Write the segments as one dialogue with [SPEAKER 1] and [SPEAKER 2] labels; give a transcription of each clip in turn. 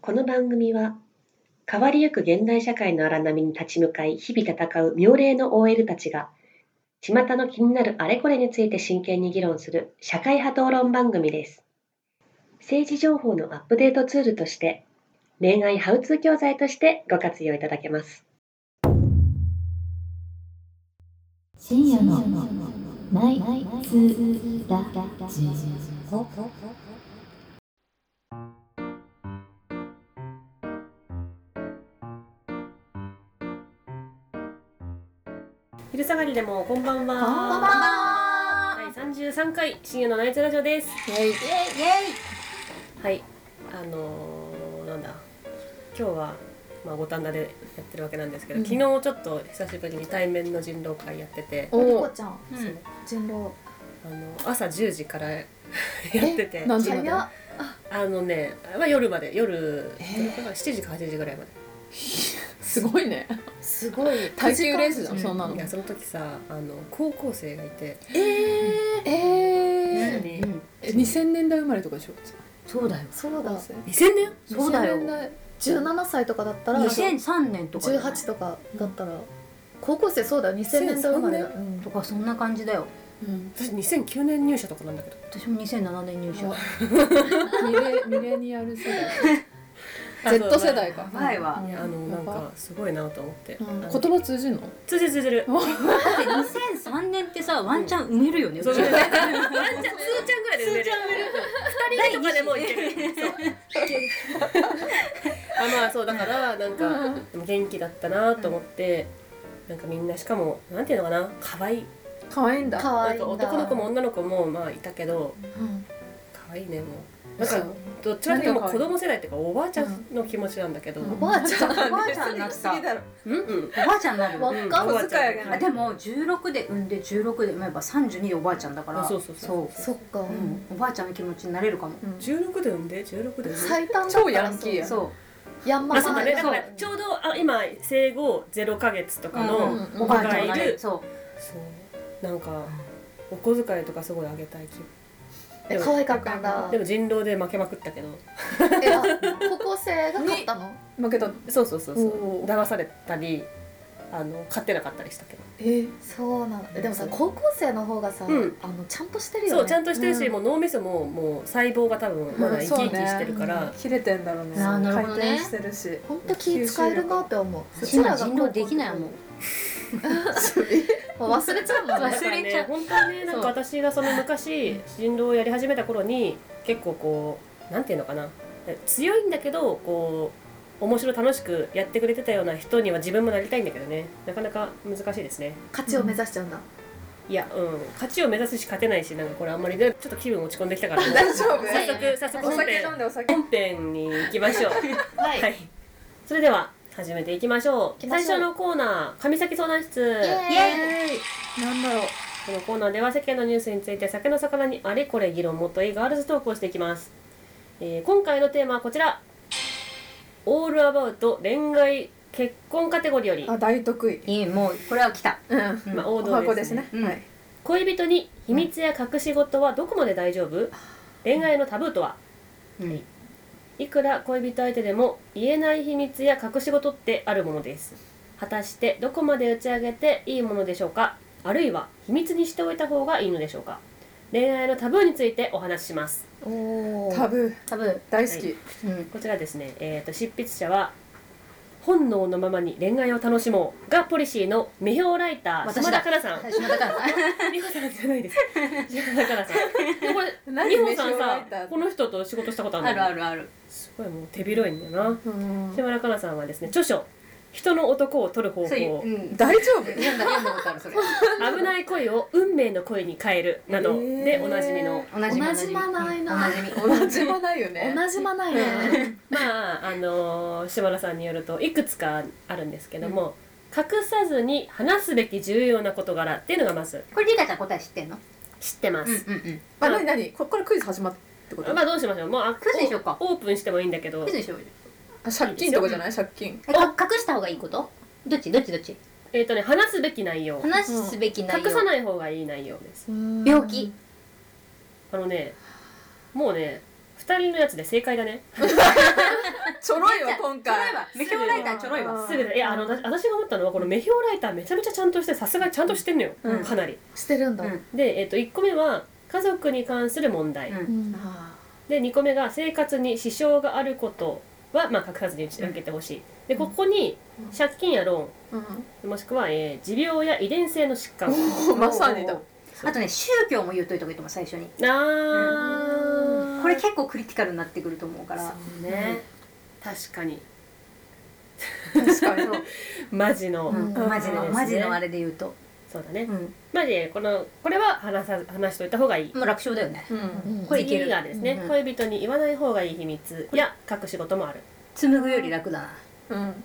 [SPEAKER 1] この番組は変わりゆく現代社会の荒波に立ち向かい日々戦う妙齢の OL たちが巷の気になるあれこれについて真剣に議論する社会派討論番組です政治情報のアップデートツールとして恋愛ハウツー教材としてご活用いただけます
[SPEAKER 2] 深夜のナイツラジオ
[SPEAKER 1] 昼下がりでもこんば
[SPEAKER 2] こん
[SPEAKER 1] んは
[SPEAKER 2] ばんは
[SPEAKER 1] 第33回深夜のナイツラジオです
[SPEAKER 2] イエイエイ
[SPEAKER 1] はいあのーなんだ今日はまあ五反田でやってるわけなんですけど、
[SPEAKER 2] うん
[SPEAKER 1] 昨日ちょっと久しぶりに対面の人狼会やってて、
[SPEAKER 2] おこちゃん
[SPEAKER 1] その
[SPEAKER 2] 人狼
[SPEAKER 1] あの朝10時から やってて
[SPEAKER 3] なんでなんで
[SPEAKER 2] 早っ
[SPEAKER 1] あのね、まあ、夜まで夜、7時か8時ぐらいま
[SPEAKER 3] すごいね
[SPEAKER 2] すごい
[SPEAKER 3] 体重レースじゃんそんな
[SPEAKER 1] で
[SPEAKER 3] の
[SPEAKER 1] いやその時さあの高校生がいて
[SPEAKER 3] え
[SPEAKER 2] え
[SPEAKER 3] え
[SPEAKER 2] ー
[SPEAKER 3] え2000年代生まれとかでしょ
[SPEAKER 4] そうだよ。
[SPEAKER 2] そうだ
[SPEAKER 1] 2000年
[SPEAKER 4] そうだよ
[SPEAKER 3] 2000年代
[SPEAKER 2] 17歳とかだったら
[SPEAKER 4] 2003年とかじゃない
[SPEAKER 2] 18とかだったら高校生そうだよ2000年代生まれだうん
[SPEAKER 4] とかそんな感じだよ。
[SPEAKER 3] うん
[SPEAKER 1] 私2009年入社とかなんだけど
[SPEAKER 4] 私も2007年入社。
[SPEAKER 3] ミレミレニアル世代 Z 世代か
[SPEAKER 4] 前は。
[SPEAKER 1] いやあのなんかすごいなと思って、
[SPEAKER 3] うん
[SPEAKER 1] あの
[SPEAKER 3] 言葉通じんの
[SPEAKER 1] 通じる通じる
[SPEAKER 4] だって2003年ってさワンチャン埋めるよね。
[SPEAKER 1] そう
[SPEAKER 4] うち
[SPEAKER 1] そうワンちゃんツーちゃんぐらいで埋める二人とかでもいけるそういけるあまあそうだからなんかでも元気だったなと思って、なんかみんなしかもなんていうのかな可愛い
[SPEAKER 3] 可愛いんだ
[SPEAKER 2] 可
[SPEAKER 1] な
[SPEAKER 2] 愛
[SPEAKER 1] ん
[SPEAKER 2] いんだ
[SPEAKER 1] か男の子も女の子もまあいたけど
[SPEAKER 2] うん
[SPEAKER 1] 可愛いねもうなん
[SPEAKER 3] 嘘
[SPEAKER 1] かどっちかというと
[SPEAKER 3] なんか
[SPEAKER 1] もう
[SPEAKER 3] 可愛い
[SPEAKER 1] 子供世代っていうかおばあちゃんの気持ちなんだけど、う、
[SPEAKER 3] うんん
[SPEAKER 2] おばあちゃん
[SPEAKER 4] おばあちゃんになった。お
[SPEAKER 3] ろ
[SPEAKER 1] うんうん
[SPEAKER 4] ばあちゃんになるよ。
[SPEAKER 2] 若っ
[SPEAKER 1] おばあちゃん
[SPEAKER 4] あでも16で産んで16で産めば32でおばあちゃんだから。
[SPEAKER 1] あそうそうそう
[SPEAKER 2] そっか
[SPEAKER 4] そううんおばあちゃんの気持ちになれるかも。
[SPEAKER 3] うん
[SPEAKER 1] 16で産んで16で産んで
[SPEAKER 2] 最短だったら
[SPEAKER 3] 超ヤンキーや
[SPEAKER 4] そう。
[SPEAKER 2] ヤンマ
[SPEAKER 1] あ
[SPEAKER 2] マ
[SPEAKER 1] そうだねだから
[SPEAKER 2] そう
[SPEAKER 1] ちょうどあ今生後0ヶ月とか
[SPEAKER 3] うん
[SPEAKER 1] の
[SPEAKER 3] うん
[SPEAKER 1] 子
[SPEAKER 4] おばあち
[SPEAKER 1] が
[SPEAKER 4] ゃん
[SPEAKER 1] い
[SPEAKER 4] が
[SPEAKER 1] る
[SPEAKER 4] ね。そう。
[SPEAKER 1] そうなんかお小遣いとかすごいあげたい気分
[SPEAKER 2] え可愛かったんだ
[SPEAKER 1] でも人狼で負けまくったけど
[SPEAKER 2] えあ高校生が買ったの
[SPEAKER 3] 負けた
[SPEAKER 1] そうそうそうそう
[SPEAKER 3] おー
[SPEAKER 1] 騙されたりあの勝てなかったりしたけど、
[SPEAKER 3] えー
[SPEAKER 2] そうなのでもさ高校生の方がさ、
[SPEAKER 1] うん
[SPEAKER 2] あのちゃんとしてるよね
[SPEAKER 1] そうちゃんとしてるし、
[SPEAKER 3] うん
[SPEAKER 1] もう脳みそももう細胞が多分まだ生き生きしてるから、
[SPEAKER 3] 切れてんだろうね
[SPEAKER 4] あーなるほどね
[SPEAKER 3] 回転してるし
[SPEAKER 2] ほんと気使えるなって思ううち
[SPEAKER 4] 今
[SPEAKER 2] らが
[SPEAKER 4] 人狼できないもん。
[SPEAKER 2] もう忘れちゃうもん
[SPEAKER 4] 忘
[SPEAKER 2] ね
[SPEAKER 4] れ
[SPEAKER 1] な
[SPEAKER 4] ちゃ
[SPEAKER 1] んかね
[SPEAKER 4] う
[SPEAKER 1] 本当はねなんか私がその昔人狼をやり始めた頃に結構こうなんていうのかな強いんだけどこう面白楽しくやってくれてたような人には自分もなりたいんだけどねなかなか難しいですね
[SPEAKER 2] 勝ちを目指しちゃうんだ、
[SPEAKER 1] いやうん勝ちを目指すし勝てないしなんかこれあんまりねちょっと気分落ち込んできたから、ね、
[SPEAKER 3] 大丈夫
[SPEAKER 1] 早速早速
[SPEAKER 3] お
[SPEAKER 1] 本
[SPEAKER 3] 酒
[SPEAKER 1] 編
[SPEAKER 3] 飲んでお酒
[SPEAKER 1] 本編に行きましょう
[SPEAKER 2] は
[SPEAKER 1] はいそれでは始めていきましょう
[SPEAKER 2] 行きましょう
[SPEAKER 1] 最初のコーナー上崎相談室
[SPEAKER 2] イエーイ
[SPEAKER 3] なんだろう
[SPEAKER 1] このコーナーでは世間のニュースについて酒の魚にあれこれ議論もっといいガールズトークをしていきます、えー今回のテーマはこちらオールアバウト恋愛結婚カテゴリーより
[SPEAKER 3] あ大得意
[SPEAKER 4] いいもうこれは来た。
[SPEAKER 3] うん
[SPEAKER 4] うん
[SPEAKER 1] まあ王
[SPEAKER 3] お
[SPEAKER 1] 道
[SPEAKER 3] 箱
[SPEAKER 1] で
[SPEAKER 3] ですす
[SPEAKER 1] ね
[SPEAKER 3] ね
[SPEAKER 4] うん
[SPEAKER 3] はい
[SPEAKER 1] 恋人に秘密や隠し事はどこまで大丈夫恋愛のタブーとは
[SPEAKER 4] うん
[SPEAKER 1] いくら恋人相手でも言えない秘密や隠し事ってあるものです果たしてどこまで打ち上げていいものでしょうかあるいは秘密にしておいた方がいいのでしょうか恋愛のタブーについてお話しします
[SPEAKER 2] お
[SPEAKER 3] タ
[SPEAKER 2] ー
[SPEAKER 3] ブー
[SPEAKER 4] 多分。
[SPEAKER 3] 大好
[SPEAKER 1] は
[SPEAKER 3] き
[SPEAKER 4] うん。
[SPEAKER 1] こちらですね、えー、と執筆者は「本能のままに恋愛を楽しもう」がポリシーの無評ライター
[SPEAKER 4] 私だ
[SPEAKER 1] 島田かなさん
[SPEAKER 4] 最初のだから。
[SPEAKER 1] 美穂さんじゃないです島田かなさんでこれ
[SPEAKER 3] 何
[SPEAKER 1] 美穂さ
[SPEAKER 3] 飯
[SPEAKER 1] ん
[SPEAKER 3] をライタ
[SPEAKER 1] さ
[SPEAKER 3] ー
[SPEAKER 1] この人と仕事したことあるの
[SPEAKER 4] あるあるある。
[SPEAKER 1] すごいもう手広いんだよな
[SPEAKER 3] うん
[SPEAKER 1] 島田かなさんはですね著書「人の男を取る方
[SPEAKER 4] そういう。
[SPEAKER 1] 法
[SPEAKER 4] うん。
[SPEAKER 3] 大丈夫
[SPEAKER 4] 読んだ読んだことあるそれ。
[SPEAKER 1] 危ない恋を運命の恋に変える」などで
[SPEAKER 3] えー
[SPEAKER 1] おなじみの
[SPEAKER 4] 同じ
[SPEAKER 2] 同じまないな
[SPEAKER 4] 同じみ。
[SPEAKER 3] 同じまないよね
[SPEAKER 2] 同じまないね
[SPEAKER 1] まああのー島田さんによるといくつかあるんですけども、隠さずに話すべき重要な事柄っていうのがまず
[SPEAKER 4] これリカちゃん答え知ってんの？
[SPEAKER 1] 知ってます、
[SPEAKER 4] うんうん。
[SPEAKER 3] あ何何ここれクイズ始まったってこと
[SPEAKER 1] まあどうしましょうもうあ
[SPEAKER 4] クイズにしようか
[SPEAKER 1] オープンしてもいいんだけど
[SPEAKER 4] クイズでしょ。
[SPEAKER 3] あ借金とかじゃない借金
[SPEAKER 4] えか隠した方がいいこと？どっちどっちどっち？
[SPEAKER 1] えっ、とね話すべき内容
[SPEAKER 4] 話すべき内容。
[SPEAKER 1] 隠さない方がいい内容です
[SPEAKER 4] 病気。
[SPEAKER 1] あのねもうね二人のやつで正解だね
[SPEAKER 3] ちょろいわ今
[SPEAKER 4] ちょろい
[SPEAKER 3] 回
[SPEAKER 4] わメヒョウライターちょろいわ
[SPEAKER 3] うん
[SPEAKER 1] すぐだいやあの私私が思ったのはこのメヒョウライターめちゃめちゃちゃんとしてさすがにちゃんとしてんのよ、
[SPEAKER 4] うん
[SPEAKER 1] かなり
[SPEAKER 3] してるんだ
[SPEAKER 4] うん
[SPEAKER 1] で、えっと1個目は家族に関する問題、
[SPEAKER 4] うん
[SPEAKER 2] うん
[SPEAKER 3] あ
[SPEAKER 1] で2個目が生活に支障があることは、まあ、隠さずに受けてほしい、でここに
[SPEAKER 3] うん
[SPEAKER 1] 借金やロ
[SPEAKER 3] ー
[SPEAKER 1] ーンもしくは、えー持病や遺伝性の疾患
[SPEAKER 3] うんまさにだ
[SPEAKER 4] あとね宗教も言っといた方がいいと思う最初に
[SPEAKER 1] あー
[SPEAKER 4] これ結構クリティカルになってくると思うから
[SPEAKER 1] そうね、確かに
[SPEAKER 3] 確かに
[SPEAKER 1] マジの、
[SPEAKER 4] うん
[SPEAKER 3] うん
[SPEAKER 4] マジの
[SPEAKER 1] うん
[SPEAKER 4] マジのあれで言うと
[SPEAKER 1] そうだね、
[SPEAKER 4] うん
[SPEAKER 1] マジでこのこれは話さ話しといた方がいい
[SPEAKER 4] もう楽勝だよね
[SPEAKER 3] うん
[SPEAKER 2] うん
[SPEAKER 4] これいける
[SPEAKER 1] 次がですね、
[SPEAKER 4] うん
[SPEAKER 1] 恋人に言わない方がいい秘密や隠し事もある
[SPEAKER 4] 紡ぐより楽だな
[SPEAKER 3] うん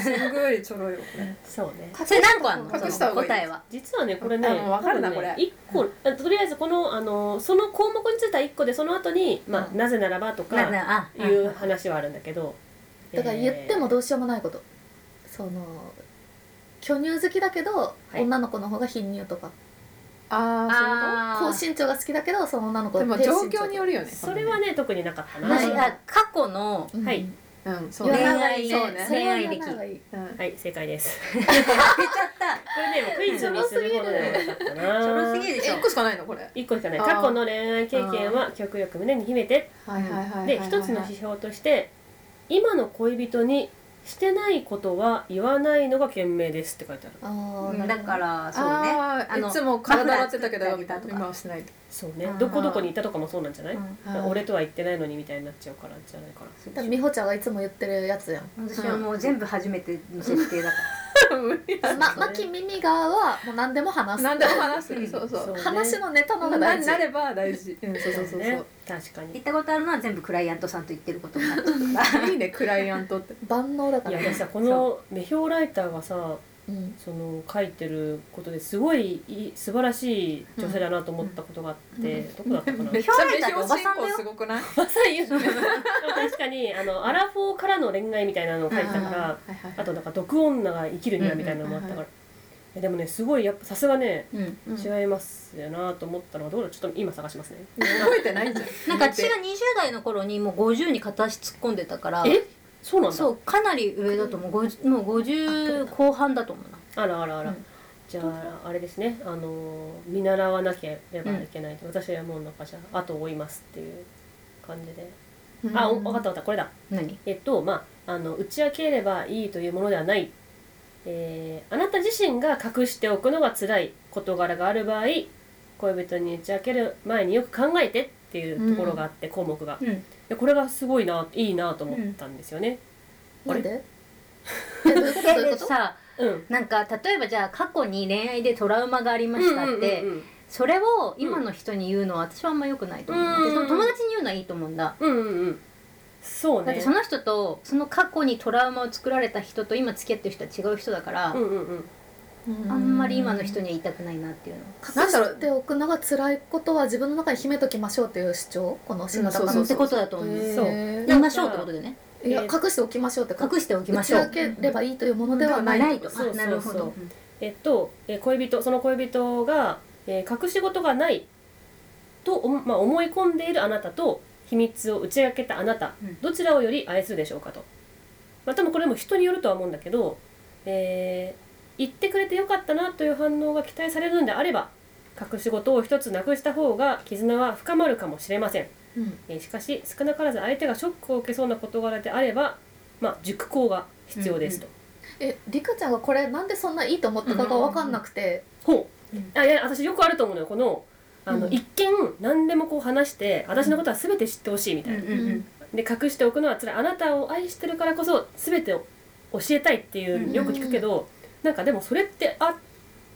[SPEAKER 3] すごいちょろいわこれ
[SPEAKER 1] そうね
[SPEAKER 4] それ何個あんの
[SPEAKER 3] 隠し
[SPEAKER 4] そ
[SPEAKER 3] た
[SPEAKER 4] の
[SPEAKER 3] 方がいい
[SPEAKER 4] 答えは
[SPEAKER 1] 実はねこれね
[SPEAKER 3] あもうわかるな
[SPEAKER 1] 多分ね
[SPEAKER 3] これ
[SPEAKER 1] 一個あとりあえずこのあのその項目については1個でその後に、まあ
[SPEAKER 3] うん
[SPEAKER 1] なぜならばと
[SPEAKER 4] な
[SPEAKER 1] か
[SPEAKER 4] なあ
[SPEAKER 1] いう話はあるんだけど、
[SPEAKER 2] だから言ってもどうしようもないことその巨乳好きだけど、
[SPEAKER 1] はい
[SPEAKER 2] 女の子の方が貧乳とか
[SPEAKER 3] あ
[SPEAKER 4] あー
[SPEAKER 2] 高身長が好きだけどその女の子
[SPEAKER 3] でも
[SPEAKER 2] 低身
[SPEAKER 3] 状
[SPEAKER 2] 長とか
[SPEAKER 3] 況によるよね
[SPEAKER 1] それはね特になかったな、
[SPEAKER 2] な
[SPEAKER 4] ないいあ過去の
[SPEAKER 2] うん
[SPEAKER 1] はい
[SPEAKER 3] うんそう
[SPEAKER 2] 言わない方がいいそう
[SPEAKER 4] 恋愛ね
[SPEAKER 2] ね
[SPEAKER 4] それは言わな
[SPEAKER 2] 恋
[SPEAKER 4] い方
[SPEAKER 2] 愛
[SPEAKER 4] が
[SPEAKER 2] 歴
[SPEAKER 3] うん
[SPEAKER 1] はい正解です
[SPEAKER 4] 言っちゃった
[SPEAKER 1] これねもうクイズにするほどではなかっ たな
[SPEAKER 4] ちょろすぎるでしょ
[SPEAKER 3] 1個しかないのこれ
[SPEAKER 1] 1個しかない
[SPEAKER 3] あー
[SPEAKER 1] 過去の恋愛経験は極力胸に秘めて
[SPEAKER 3] はいはいはいはいはい
[SPEAKER 1] で一つの指標として今の恋人にしてないことは言わないのが賢明ですって書いてある
[SPEAKER 2] あ
[SPEAKER 4] うん
[SPEAKER 2] ー
[SPEAKER 4] だからそうね
[SPEAKER 3] あ
[SPEAKER 4] あ
[SPEAKER 3] あ
[SPEAKER 4] の
[SPEAKER 3] いつも体洗ってたけど
[SPEAKER 4] マフラー
[SPEAKER 3] みたいな今はしないと
[SPEAKER 1] そうね
[SPEAKER 4] あー
[SPEAKER 1] どこどこにいたとかもそうなんじゃない、
[SPEAKER 4] う ん
[SPEAKER 1] 俺とは言ってないのにみたいになっちゃうからじゃないかな
[SPEAKER 2] 多分美穂ちゃんがいつも言ってるやつやん
[SPEAKER 4] 私はもう全部初めての設定だから
[SPEAKER 2] まマキ耳側はもう何でも話す
[SPEAKER 3] 何でも話すそうそう
[SPEAKER 1] そうね
[SPEAKER 2] 話のネタの
[SPEAKER 3] な
[SPEAKER 2] 方が大事
[SPEAKER 3] なれば大事うんそうそうそう
[SPEAKER 1] ね
[SPEAKER 3] そ
[SPEAKER 1] 確かに
[SPEAKER 4] 言ったことあるのは全部クライアントさんと言ってることになっちゃう
[SPEAKER 3] ういいねクライアントって
[SPEAKER 2] 万能だか
[SPEAKER 1] いや
[SPEAKER 2] ら
[SPEAKER 1] 私さこのメヒョウライターがさ
[SPEAKER 2] うん
[SPEAKER 1] その書いてることですごいいい素晴らしい女性だなと思ったことがあって、どこだ ったかな
[SPEAKER 3] めっちゃ目標進行すごくない
[SPEAKER 1] まさに言うの確かにあのアラフォーからの恋愛みたいなのを書いてたから
[SPEAKER 3] はいはい
[SPEAKER 1] あとなんか毒女が生きるにはみたいなのもあったから、えでもねすごいやっぱさすがね
[SPEAKER 4] うん
[SPEAKER 3] うん
[SPEAKER 1] 違いますよなと思ったのがどうだちょっと今探しますね
[SPEAKER 3] 覚えてないんじゃん
[SPEAKER 4] なんか私が20代の頃にもう50に片足突っ込んでたから
[SPEAKER 1] えそうなんだ
[SPEAKER 4] そうかなり上だと思う50もう50後半だと思うな
[SPEAKER 1] あらあらあら、
[SPEAKER 4] うん
[SPEAKER 1] じゃああれですねあのー見習わなければいけないと、私はもうなんかじゃあ後を追いますっていう感じで、あお分かった分かったこれだ
[SPEAKER 4] 何
[SPEAKER 1] えっとまああの打ち明ければいいというものではない、えーあなた自身が隠しておくのが辛い事柄がある場合恋人に打ち明ける前によく考えてっていうところがあって、項目が
[SPEAKER 4] うん
[SPEAKER 1] でこれがすごいないいなと思ったんですよね。あ
[SPEAKER 2] なん
[SPEAKER 1] れ
[SPEAKER 2] でえどういうことどういう
[SPEAKER 4] で
[SPEAKER 2] こと
[SPEAKER 4] さ
[SPEAKER 1] うん
[SPEAKER 4] なんか例えばじゃあ過去に恋愛でトラウマがありましたって、
[SPEAKER 1] うんうん
[SPEAKER 4] それを今の人に言うのは私はあんま良くないと思う、
[SPEAKER 1] うん
[SPEAKER 4] でその友達に言うのはいいと思うんだ
[SPEAKER 1] うんうんうんうんそう
[SPEAKER 4] だっ
[SPEAKER 1] ね
[SPEAKER 4] てその人とその過去にトラウマを作られた人と今付き合ってる人は違う人だから、
[SPEAKER 1] うんうんうん
[SPEAKER 4] あんまり今の人には言いたくないなっていうの
[SPEAKER 3] なんだろ
[SPEAKER 2] 隠
[SPEAKER 3] う
[SPEAKER 2] しておくのが辛いことは自分の中に秘めときましょうっていう主張この新型
[SPEAKER 3] うん
[SPEAKER 2] 版
[SPEAKER 3] そ
[SPEAKER 2] の
[SPEAKER 3] う
[SPEAKER 4] ってことだと思う、
[SPEAKER 1] へー
[SPEAKER 3] そう
[SPEAKER 4] 言いましょうってことでね
[SPEAKER 2] いや隠しておきましょうってこと
[SPEAKER 4] 隠しておきましょ
[SPEAKER 2] 打
[SPEAKER 4] う
[SPEAKER 2] ち明ければいいというものでは
[SPEAKER 4] な
[SPEAKER 2] ないい
[SPEAKER 4] と
[SPEAKER 1] そうそうそう
[SPEAKER 4] あなるほど
[SPEAKER 1] えっと、えー恋人その恋人が、えー隠し事がないと、おまあ、思い込んでいるあなたと秘密を打ち明けたあなた、
[SPEAKER 4] うん
[SPEAKER 1] どちらをより愛するでしょうかと、まあ、多分これも人によるとは思うんだけど、えー言ってくれてよかったなという反応が期待されるのであれば隠し事を一つなくした方が絆は深まるかもしれません、
[SPEAKER 2] うん
[SPEAKER 1] えーしかし少なからず相手がショックを受けそうな事柄であれば、まあ、熟考が必要ですと。
[SPEAKER 2] えリカちゃんがこれなんでそんないいと思ったかが分かんなくて
[SPEAKER 1] ほう、
[SPEAKER 2] うん
[SPEAKER 1] あいや私よくあると思うのよこのあの、
[SPEAKER 2] うん
[SPEAKER 1] 一見何でもこう話して私のことは全て知ってほしいみたいな、
[SPEAKER 4] うんうんうん
[SPEAKER 1] で隠しておくのはつらいあなたを愛してるからこそ全てを教えたいっていううんよく聞くけど、なんかでもそれって合っ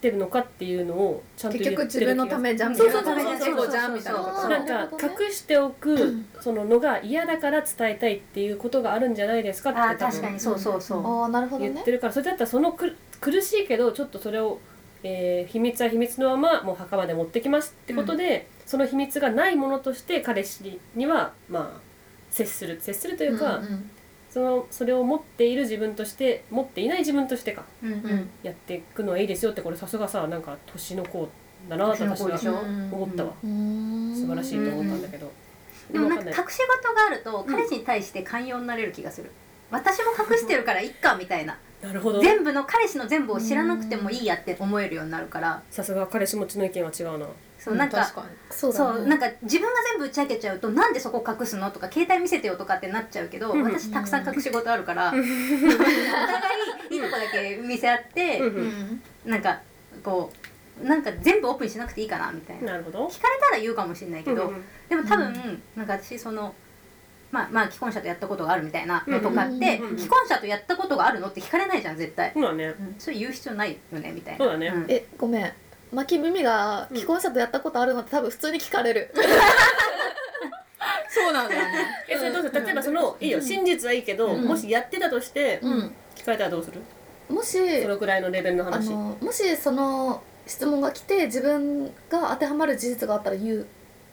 [SPEAKER 1] てるのかっていうのをちゃんと
[SPEAKER 3] 結
[SPEAKER 1] 言って
[SPEAKER 3] 局
[SPEAKER 1] る
[SPEAKER 3] 自分のた
[SPEAKER 1] 気が
[SPEAKER 3] めじゃん
[SPEAKER 1] そうそうそうそう
[SPEAKER 3] 自己じゃんみたいなこと
[SPEAKER 2] そう
[SPEAKER 1] なん
[SPEAKER 2] なる
[SPEAKER 1] か
[SPEAKER 2] ほどね
[SPEAKER 1] 隠しておくそののが嫌だから伝えたいっていうことがあるんじゃないですか
[SPEAKER 4] あ
[SPEAKER 1] っ
[SPEAKER 4] ー
[SPEAKER 1] て多
[SPEAKER 4] 確か
[SPEAKER 1] 分
[SPEAKER 4] にそうそうそう、
[SPEAKER 2] ああなるほど
[SPEAKER 1] 言
[SPEAKER 2] ね
[SPEAKER 1] ってるからそれだったらそのく苦しいけどちょっとそれを、えー秘密は秘密のままもう墓まで持ってきますってことで、その秘密がないものとして彼氏にはまあ接する接するというか、
[SPEAKER 2] うんうん
[SPEAKER 1] そのそれを持っている自分として持っていない自分としてか
[SPEAKER 4] うんうん
[SPEAKER 1] やっていくのはいいですよってこれさすがさなんか年の子だなと
[SPEAKER 4] 年の
[SPEAKER 1] 私
[SPEAKER 4] 子で
[SPEAKER 1] は
[SPEAKER 4] しょ
[SPEAKER 1] 思ったわ、
[SPEAKER 2] うーん
[SPEAKER 1] 素晴らしいと思ったんだけど、
[SPEAKER 2] う
[SPEAKER 4] でもなん
[SPEAKER 1] わ
[SPEAKER 4] か
[SPEAKER 1] か
[SPEAKER 4] 隠
[SPEAKER 1] ん
[SPEAKER 4] し
[SPEAKER 1] ない
[SPEAKER 4] 事があると彼氏に対して寛容になれる気がする、私も隠してるからいっかみたいな
[SPEAKER 1] なるほど
[SPEAKER 4] 全部の彼氏の全部を知らなくてもいいやって思えるようになるから
[SPEAKER 1] さすが彼氏持ちの意見は違うな
[SPEAKER 4] そうなんか
[SPEAKER 5] 確かにそう
[SPEAKER 4] そ
[SPEAKER 5] だ、ね、
[SPEAKER 4] うなんか自分が全部打ち明けちゃうとなんでそこ隠すのとか携帯見せてよとかってなっちゃうけど、
[SPEAKER 1] うん
[SPEAKER 4] 私たくさん隠し事あるから、お互いいいとこだけ見せ合って、
[SPEAKER 1] うん
[SPEAKER 5] うん
[SPEAKER 4] なんかこうなんか全部オープンにしなくていいかなみたいな、
[SPEAKER 1] なるほど
[SPEAKER 4] 聞かれたら言うかもしれないけど、
[SPEAKER 1] うん
[SPEAKER 4] でも多分、
[SPEAKER 5] う
[SPEAKER 4] なんか私そのまあまあ既婚者とやったことがあるみたいなのとかって、
[SPEAKER 1] うんうんうん
[SPEAKER 4] 既婚者とやったことがあるのって聞かれないじゃん絶対、
[SPEAKER 1] そうだね
[SPEAKER 4] それ言う必要ないよねみたいな
[SPEAKER 1] そうだね
[SPEAKER 4] ん
[SPEAKER 5] えごめん巻き耳が既婚者とやったことあるのって多分普通に聞かれるそうなんだよね
[SPEAKER 1] えそれどうする例えばそのいいよ
[SPEAKER 5] うん
[SPEAKER 1] 真実はいいけど
[SPEAKER 5] うん
[SPEAKER 1] もしやってたとして
[SPEAKER 5] うん
[SPEAKER 1] 聞かれたらどうする
[SPEAKER 5] もし
[SPEAKER 1] そのくらいのレベルの
[SPEAKER 5] あ
[SPEAKER 1] 話
[SPEAKER 5] のもしその質問が来て自分が当てはまる事実があったら言う、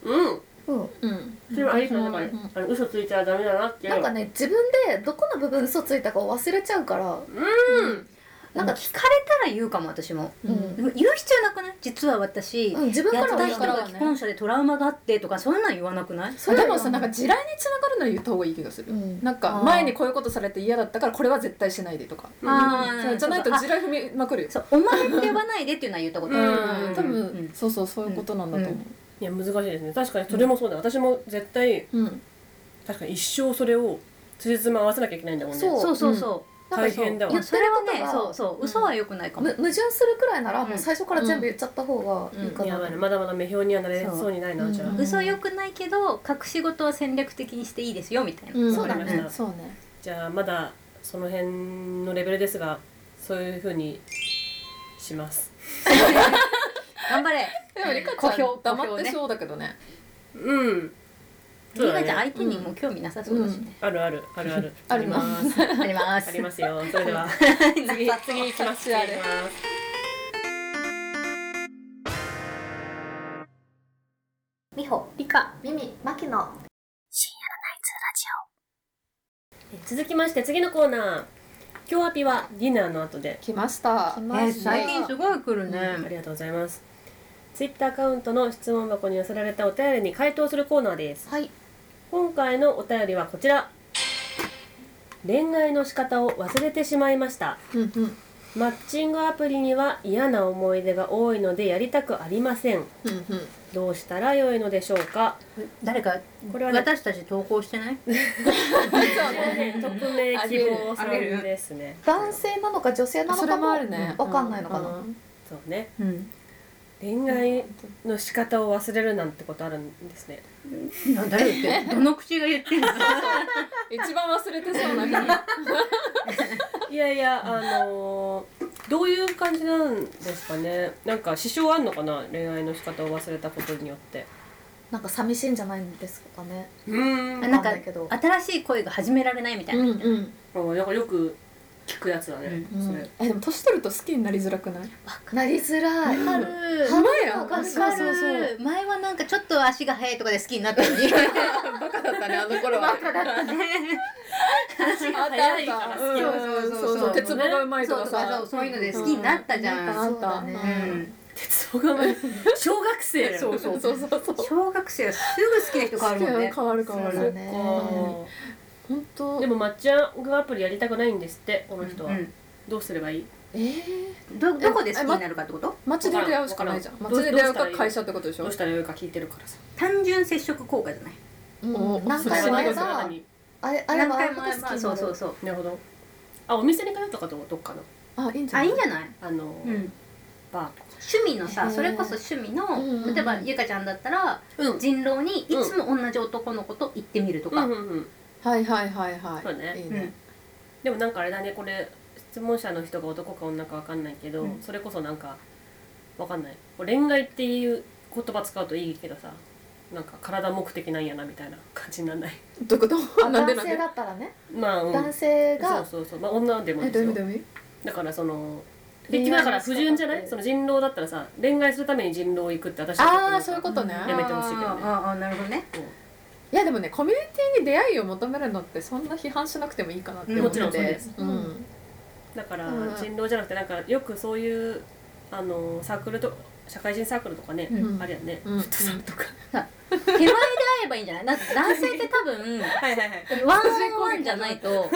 [SPEAKER 1] うん
[SPEAKER 5] うん、
[SPEAKER 3] うん
[SPEAKER 1] それはありそうだから
[SPEAKER 3] うん
[SPEAKER 1] あの嘘ついちゃダメだなってや
[SPEAKER 5] なん
[SPEAKER 1] る
[SPEAKER 5] かね自分でどこの部分嘘ついたかを忘れちゃうから
[SPEAKER 1] うん
[SPEAKER 4] なんか聞かれたら言うかも私も、
[SPEAKER 5] うん、
[SPEAKER 4] でも言う必要なくない実は私、
[SPEAKER 5] うん自分
[SPEAKER 4] や
[SPEAKER 5] か
[SPEAKER 4] っ
[SPEAKER 5] ら
[SPEAKER 4] た
[SPEAKER 5] は
[SPEAKER 4] 人
[SPEAKER 5] 言うから
[SPEAKER 3] だは
[SPEAKER 4] が
[SPEAKER 3] ね
[SPEAKER 4] 既婚者でトラウマがあってとかそんなん言わなくない
[SPEAKER 5] それ
[SPEAKER 3] で
[SPEAKER 5] は
[SPEAKER 3] もさなんか地雷につながるのは言った方がいい気がする、
[SPEAKER 5] うん
[SPEAKER 3] なんか
[SPEAKER 4] あー
[SPEAKER 3] 前にこういうことされて嫌だったからこれは絶対しないでとか、
[SPEAKER 4] あ
[SPEAKER 3] そうじゃないと地雷踏みまくるよ
[SPEAKER 4] そうお前って呼ばないでっていうのは言ったことある、
[SPEAKER 1] うん
[SPEAKER 3] 多分、
[SPEAKER 4] うん
[SPEAKER 3] そうそうそういうことなんだと思う、
[SPEAKER 1] いや難しいですね確かにそれもそうだ私も絶対
[SPEAKER 3] うん
[SPEAKER 1] 確かに一生それを辻褄合わせなきゃいけないんだもんね
[SPEAKER 5] そう
[SPEAKER 4] そうそうそ
[SPEAKER 5] なんか
[SPEAKER 1] 大
[SPEAKER 5] そう
[SPEAKER 1] 変だ
[SPEAKER 4] う、
[SPEAKER 1] わ
[SPEAKER 4] いやそれはね
[SPEAKER 5] 言ってること
[SPEAKER 4] そう
[SPEAKER 5] が
[SPEAKER 4] そう嘘は良くないかも、
[SPEAKER 5] む矛盾するくらいなら
[SPEAKER 4] うん
[SPEAKER 5] もう最初から全部言っちゃった方がいいかな、
[SPEAKER 1] やばいなまだまだ目標にはなれそうにないな
[SPEAKER 5] そう
[SPEAKER 1] じゃあ
[SPEAKER 5] うん
[SPEAKER 4] 嘘は良くないけど隠し事は戦略的にしていいですよみたいな、
[SPEAKER 3] うん
[SPEAKER 5] そうだ
[SPEAKER 1] わかり
[SPEAKER 5] ね
[SPEAKER 1] ました
[SPEAKER 5] そうね
[SPEAKER 1] じゃあまだその辺のレベルですがそういうふうにします
[SPEAKER 4] 頑張れ
[SPEAKER 3] でもリカ
[SPEAKER 4] 小
[SPEAKER 3] ちゃ
[SPEAKER 4] 兵
[SPEAKER 3] ん黙って
[SPEAKER 4] ね
[SPEAKER 3] そうだけどね
[SPEAKER 1] うん
[SPEAKER 4] リカちゃん
[SPEAKER 1] あ
[SPEAKER 4] 相手にも興味なさそうだしね、
[SPEAKER 1] るあるあるあ る
[SPEAKER 3] あり
[SPEAKER 1] ま
[SPEAKER 3] ます
[SPEAKER 4] あります
[SPEAKER 1] ありますよそれでは次 次行きます次行きます
[SPEAKER 4] 美穂リカ
[SPEAKER 5] ミミマキの
[SPEAKER 1] 続きまして次のコーナー今日アピはディナーの後で
[SPEAKER 3] 来ました
[SPEAKER 5] 来
[SPEAKER 4] え
[SPEAKER 5] ました
[SPEAKER 4] 最近すごい来るね、
[SPEAKER 1] ありがとうございますツイッターアカウントの質問箱に寄せられたお便りに回答するコーナーです
[SPEAKER 5] はい
[SPEAKER 1] 今回のお便りはこちら恋愛の仕方を忘れてしまいました
[SPEAKER 3] うんうん
[SPEAKER 1] マッチングアプリには嫌な思い出が多いのでやりたくありません
[SPEAKER 3] うんうん
[SPEAKER 1] どうしたらよいのでしょうか
[SPEAKER 4] 誰か
[SPEAKER 1] これはね
[SPEAKER 4] 私たち投稿してない
[SPEAKER 1] これはね匿名希望さんですね
[SPEAKER 5] 男性なのか女性なの
[SPEAKER 3] それ
[SPEAKER 5] か
[SPEAKER 3] も
[SPEAKER 5] も
[SPEAKER 3] あるね
[SPEAKER 5] わかんないのかな、
[SPEAKER 3] うん
[SPEAKER 1] そうね
[SPEAKER 4] うん
[SPEAKER 1] 恋愛の仕方を忘れるなんてことあるんですね
[SPEAKER 4] な誰言 ってどの口が言ってるの
[SPEAKER 3] 一番忘れてそうな人
[SPEAKER 1] いやいやあのーどういう感じなんですかねなんか支障あんのかな恋愛の仕方を忘れたことによって
[SPEAKER 5] なんか寂しいんじゃないんですかね
[SPEAKER 1] うん
[SPEAKER 4] あな
[SPEAKER 1] あ
[SPEAKER 4] ん
[SPEAKER 5] わ
[SPEAKER 4] か
[SPEAKER 5] かんないけど
[SPEAKER 4] 新しい恋が始められないみたいな、
[SPEAKER 3] うんうん
[SPEAKER 1] なんかよく聞くやつだね、
[SPEAKER 3] うん
[SPEAKER 1] それ
[SPEAKER 3] えでも年取ると好きになりづらくない
[SPEAKER 5] なりづらい
[SPEAKER 4] わかる
[SPEAKER 5] 花や
[SPEAKER 4] わ
[SPEAKER 5] ん
[SPEAKER 4] かる
[SPEAKER 3] そうそうそう
[SPEAKER 4] 前はなんかちょっと足が速いとかで好きになったのに
[SPEAKER 3] バカだったね あの頃は
[SPEAKER 1] 足が
[SPEAKER 3] 早いか
[SPEAKER 1] から
[SPEAKER 3] ら
[SPEAKER 1] 好
[SPEAKER 3] 好
[SPEAKER 1] き
[SPEAKER 3] きな
[SPEAKER 1] なの
[SPEAKER 3] うん
[SPEAKER 4] そうそう
[SPEAKER 3] そ
[SPEAKER 4] そう
[SPEAKER 3] うそう鉄棒がうまい
[SPEAKER 4] そ
[SPEAKER 3] とか
[SPEAKER 4] うとか
[SPEAKER 3] さ
[SPEAKER 4] そうそういうので好きになったじゃん、
[SPEAKER 3] あった
[SPEAKER 4] う
[SPEAKER 5] うん
[SPEAKER 4] ん、
[SPEAKER 1] 鉄棒がうまい小学生だよ
[SPEAKER 3] そうそうそうそうそう
[SPEAKER 4] 小学生はすぐ好きな人変わるもんね
[SPEAKER 3] 変わる変わ
[SPEAKER 5] そうだ
[SPEAKER 3] る
[SPEAKER 5] ね
[SPEAKER 1] こ
[SPEAKER 3] 本当
[SPEAKER 1] うでもマッチングアプリやりたくないんですってこの人は、
[SPEAKER 4] うん
[SPEAKER 1] どうすればいい
[SPEAKER 3] えー
[SPEAKER 4] どどこで好きになるかってこと
[SPEAKER 3] 街で出会うしかないじゃん
[SPEAKER 1] わから
[SPEAKER 3] 街
[SPEAKER 1] ん
[SPEAKER 3] で出会う
[SPEAKER 1] どうしたら
[SPEAKER 3] か
[SPEAKER 1] いい
[SPEAKER 3] 会社ってことでし
[SPEAKER 1] ど
[SPEAKER 3] ょ
[SPEAKER 1] うしたらよいか聞いてるからさ
[SPEAKER 4] 単純接触効果じゃない
[SPEAKER 3] お
[SPEAKER 5] うん何
[SPEAKER 1] それ
[SPEAKER 5] 回
[SPEAKER 1] は
[SPEAKER 3] そ
[SPEAKER 5] もあ
[SPEAKER 1] 何
[SPEAKER 3] れ
[SPEAKER 5] れ
[SPEAKER 1] そ
[SPEAKER 5] ばあ
[SPEAKER 1] れは何
[SPEAKER 5] れあれ
[SPEAKER 4] 何
[SPEAKER 5] ば
[SPEAKER 4] 回も会え
[SPEAKER 5] あ
[SPEAKER 4] ば
[SPEAKER 5] れ
[SPEAKER 4] そ
[SPEAKER 5] ば
[SPEAKER 4] うそうそう
[SPEAKER 1] なるほどあお店に通うとかどうどっかの
[SPEAKER 3] あいいんじゃ
[SPEAKER 4] あ
[SPEAKER 3] ない
[SPEAKER 4] いんじゃない、
[SPEAKER 1] あの、
[SPEAKER 4] うん、
[SPEAKER 1] バ
[SPEAKER 4] 趣味の
[SPEAKER 3] へ
[SPEAKER 4] さ
[SPEAKER 3] ー
[SPEAKER 4] それこそ趣味の、
[SPEAKER 3] うんうんうん
[SPEAKER 4] 例えばゆかちゃんだったら
[SPEAKER 1] ーうん
[SPEAKER 4] 人狼にいつも同じ男の子と行ってみるとか、
[SPEAKER 1] うんうんうん
[SPEAKER 3] はいはいはいはい
[SPEAKER 1] そうね
[SPEAKER 3] いい
[SPEAKER 4] うん
[SPEAKER 3] ね
[SPEAKER 1] でもなんかあれだねこれ質問者の人が男か女かわかんないけど、
[SPEAKER 4] うん
[SPEAKER 1] それこそなんかわかんないこう恋愛っていう言葉使うといいけどさなんか体目的なんやなみたいな感じになんない
[SPEAKER 3] どういうこと
[SPEAKER 5] あ
[SPEAKER 3] なんで
[SPEAKER 5] 男
[SPEAKER 3] なん
[SPEAKER 5] 性
[SPEAKER 3] で
[SPEAKER 5] だったらね
[SPEAKER 1] まあ、うん、
[SPEAKER 5] 男性が
[SPEAKER 1] そうそうそうまあ女でも
[SPEAKER 3] え
[SPEAKER 1] です
[SPEAKER 3] どういう意
[SPEAKER 1] よ
[SPEAKER 3] 味どういう意味
[SPEAKER 1] だからその結局だから不純じゃないその人狼だったらさ恋愛するために人狼行くって私はちょっと
[SPEAKER 3] あ
[SPEAKER 1] な
[SPEAKER 3] あ
[SPEAKER 1] んか
[SPEAKER 3] そういうことね
[SPEAKER 1] やめてほしいけどね
[SPEAKER 4] あーあーあーなるほどね
[SPEAKER 3] いやでもねコミュニティに出会いを求めるのってそんな批判しなくてもいいかなって思
[SPEAKER 1] も
[SPEAKER 3] っ
[SPEAKER 1] ちろ
[SPEAKER 3] て
[SPEAKER 1] んそうで
[SPEAKER 3] て
[SPEAKER 1] す
[SPEAKER 3] うん
[SPEAKER 1] だから
[SPEAKER 3] うん
[SPEAKER 1] 人狼じゃなくてなんかよくそういうあのサークルと社会人サークルとかね、
[SPEAKER 4] うん
[SPEAKER 1] あれやね、
[SPEAKER 3] うん
[SPEAKER 1] フットサルとか
[SPEAKER 4] 手前で会えばいいんじゃないだって男性って多分
[SPEAKER 6] はいはいはい。
[SPEAKER 4] ワンオンワンじゃないと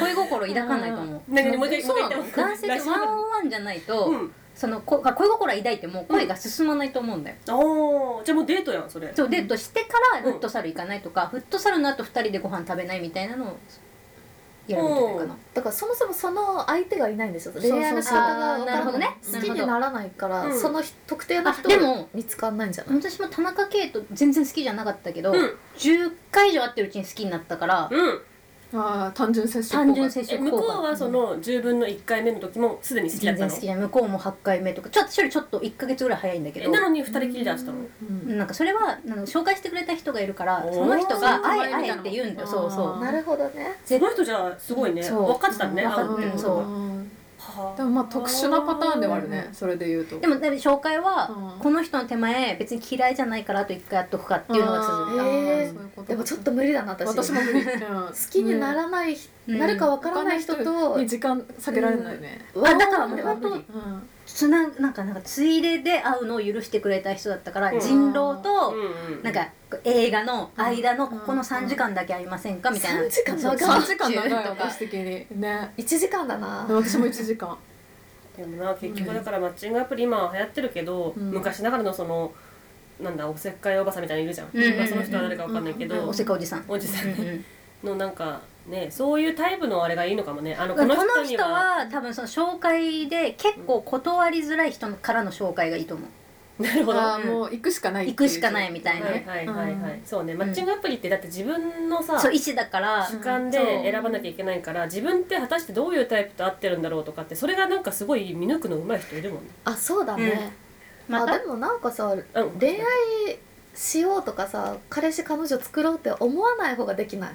[SPEAKER 4] 恋心抱かないと思う
[SPEAKER 1] なんかねもう一回も
[SPEAKER 4] そううな
[SPEAKER 1] 一回言っ
[SPEAKER 4] の
[SPEAKER 1] て
[SPEAKER 4] 男性ってワンオンワンじゃないと、
[SPEAKER 1] うん
[SPEAKER 4] そのこ恋心抱いても恋が進まないと思うんだよ、
[SPEAKER 1] おーじゃあもうデートやんそれ
[SPEAKER 4] そうデートしてからフットサル行かないとか、フットサルの後二人でご飯食べないみたいなのをやるみたいかな
[SPEAKER 2] だからそもそもその相手がいないんですよ
[SPEAKER 4] うそう
[SPEAKER 2] 恋愛の仕方が
[SPEAKER 4] あー
[SPEAKER 2] 分
[SPEAKER 4] なる
[SPEAKER 2] か
[SPEAKER 4] ほ
[SPEAKER 2] ら
[SPEAKER 4] どね
[SPEAKER 2] ない好きにならないから、
[SPEAKER 1] うん
[SPEAKER 2] その人特定の
[SPEAKER 4] あ
[SPEAKER 2] 人
[SPEAKER 4] でも
[SPEAKER 2] 見つかんないんじゃない、
[SPEAKER 4] 私も田中圭と全然好きじゃなかったけど、
[SPEAKER 1] うん
[SPEAKER 4] 10回以上会ってるうちに好きになったから、
[SPEAKER 1] うん
[SPEAKER 3] ああ単純接触
[SPEAKER 4] 単純接
[SPEAKER 1] え
[SPEAKER 4] 触
[SPEAKER 1] 向
[SPEAKER 4] 効
[SPEAKER 1] こう
[SPEAKER 4] 果
[SPEAKER 1] はその10分の1回目の時もすでに好きだ
[SPEAKER 4] 全然
[SPEAKER 1] ったの
[SPEAKER 4] 好きじゃない向こうも8回目とかちょっと私よりちょっと1か月ぐらい早いんだけ
[SPEAKER 1] え
[SPEAKER 4] ど
[SPEAKER 1] なのに2人きりで会ってたの
[SPEAKER 3] うん
[SPEAKER 4] なんかそれはあの紹介してくれた人がいるから
[SPEAKER 1] おー
[SPEAKER 4] その人が「あ
[SPEAKER 3] そういう名前
[SPEAKER 4] えあ
[SPEAKER 3] みたい
[SPEAKER 4] え」
[SPEAKER 3] な
[SPEAKER 4] って言うんだよそうそ
[SPEAKER 3] あ
[SPEAKER 4] う
[SPEAKER 3] ー
[SPEAKER 2] なるほどね
[SPEAKER 1] その人じゃあすごいね
[SPEAKER 4] そう
[SPEAKER 1] 分かってたのね
[SPEAKER 4] 分か
[SPEAKER 1] あ
[SPEAKER 4] っ
[SPEAKER 1] の
[SPEAKER 4] て
[SPEAKER 3] うん
[SPEAKER 4] そう
[SPEAKER 1] は
[SPEAKER 3] でもまあ特殊なパターンではあるねそれで言うと
[SPEAKER 4] でもでも紹介は
[SPEAKER 3] うん
[SPEAKER 4] この人の手前別に嫌いじゃないからあと1回やっとくかっていうのが続い
[SPEAKER 2] あー
[SPEAKER 4] た
[SPEAKER 2] えー
[SPEAKER 3] そういうこと
[SPEAKER 2] でもちょっと無理だな私
[SPEAKER 3] 私
[SPEAKER 2] 好
[SPEAKER 3] も無理好
[SPEAKER 2] きにならない、
[SPEAKER 4] うん
[SPEAKER 2] なるか分からない人と、
[SPEAKER 3] に時間避けられないね
[SPEAKER 4] あだからもう
[SPEAKER 2] は無
[SPEAKER 4] 本
[SPEAKER 2] 理
[SPEAKER 3] うん
[SPEAKER 4] つななんかなんかついでで会うのを許してくれた人だったから、
[SPEAKER 1] うん
[SPEAKER 4] 人狼
[SPEAKER 1] う
[SPEAKER 4] と
[SPEAKER 1] んうん
[SPEAKER 4] なんか映画の間
[SPEAKER 3] う
[SPEAKER 4] の
[SPEAKER 3] ん
[SPEAKER 4] ここの3時間だけありませんかみたいな
[SPEAKER 2] 3時間
[SPEAKER 4] そう
[SPEAKER 2] 長い
[SPEAKER 3] 3時間長い私的にね
[SPEAKER 2] 1時間だな、
[SPEAKER 3] 私も1時間
[SPEAKER 1] でもな結局だからマッチングアプリ今流行ってるけど、
[SPEAKER 3] うん
[SPEAKER 1] 昔ながらのそのなんだおせっかいおばさんみたいにいるじゃん、
[SPEAKER 4] うんうんうん
[SPEAKER 1] まあその人は誰かわかんないけど、
[SPEAKER 4] おせっかおじさん
[SPEAKER 1] おじさん
[SPEAKER 4] うんうん
[SPEAKER 1] のなんかねそういうタイプのあれがいいのかもねあの
[SPEAKER 4] こ
[SPEAKER 1] こ
[SPEAKER 4] の
[SPEAKER 1] の
[SPEAKER 4] 人
[SPEAKER 1] 人には
[SPEAKER 4] は多分その紹介で結構断りづらい人からの紹介がいいと思う
[SPEAKER 1] なるほど
[SPEAKER 3] あ
[SPEAKER 1] は
[SPEAKER 3] あ
[SPEAKER 4] うん
[SPEAKER 3] もう行くしかないってう
[SPEAKER 4] 行くしかないみた
[SPEAKER 1] い
[SPEAKER 4] いな、
[SPEAKER 1] はいはいはい、
[SPEAKER 3] うん
[SPEAKER 1] そうねマッチングアプリってだって自分のさ、
[SPEAKER 4] そう意思だから
[SPEAKER 1] 主観
[SPEAKER 4] う
[SPEAKER 1] で
[SPEAKER 4] んそう
[SPEAKER 1] 選ばなきゃいけないから自分って果たしてどういうタイプと合ってるんだろうとかってそれがなんかすごい見抜くの上手い人いるもんね。
[SPEAKER 2] あそうだね、
[SPEAKER 4] ま
[SPEAKER 2] あ
[SPEAKER 4] た
[SPEAKER 2] でもなんかさ
[SPEAKER 1] うん、
[SPEAKER 2] 恋愛しようとかさ彼氏彼女作ろうって思わない方ができない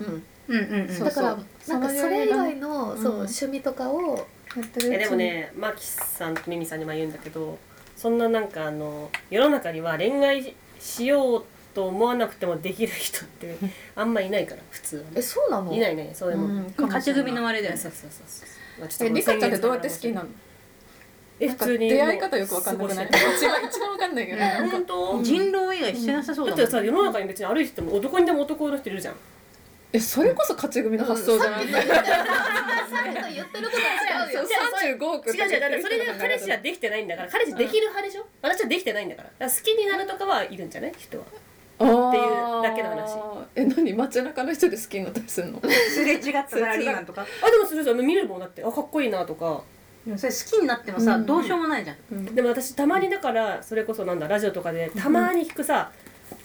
[SPEAKER 3] うん
[SPEAKER 4] うんうんうん
[SPEAKER 3] そう
[SPEAKER 2] だから
[SPEAKER 3] そ
[SPEAKER 2] な
[SPEAKER 3] うん
[SPEAKER 2] かそれ以外
[SPEAKER 3] そ
[SPEAKER 2] のそう
[SPEAKER 3] の
[SPEAKER 2] 趣味とかをやってるうちに
[SPEAKER 1] えでもねマキさんとミミさんにも言うんだけどそんななんかあの世の中には恋愛しようと思わなくてもできる人 ってあんまいないから普通はね
[SPEAKER 2] えそうなの
[SPEAKER 1] いないいないそういうもん、
[SPEAKER 3] かもしれない
[SPEAKER 4] 勝ち組のあれだよね
[SPEAKER 1] そうそうそうそう、まあ、ちょ
[SPEAKER 3] え
[SPEAKER 1] っと
[SPEAKER 3] リカちゃんってどうやって好きなの
[SPEAKER 1] え
[SPEAKER 3] な
[SPEAKER 1] 普
[SPEAKER 3] んか
[SPEAKER 1] 通に
[SPEAKER 3] 出会い方よくわかんなくない
[SPEAKER 1] 過ご
[SPEAKER 3] 一番一番わかんないけどなん
[SPEAKER 1] して
[SPEAKER 3] か
[SPEAKER 1] る本当、
[SPEAKER 4] 人狼以外してなさそうだ
[SPEAKER 1] だっ
[SPEAKER 4] もん、
[SPEAKER 1] てさ世の中に別に歩いてても男にでも男の人いるじゃん
[SPEAKER 3] えそれこそ勝ち組の発想じゃない
[SPEAKER 2] 言ってること 違うよ
[SPEAKER 3] 35億
[SPEAKER 1] 違う違うだからそれで彼氏はできてないんだから彼氏できる派でしょ、私はできてないんだからだから好きになるとかはいるんじゃない人は
[SPEAKER 3] て
[SPEAKER 1] いうだけの話
[SPEAKER 3] え何街中の人で好きになったりするの
[SPEAKER 7] すれ違ったサラリーマンとか
[SPEAKER 1] あでもするじゃん見るもんだってあかっこいいなとか
[SPEAKER 4] でもそれ好きになってもさ、どうしようもないじゃん
[SPEAKER 1] でも私たまにだからそれこそなんだラジオとかでたまに聞くさ、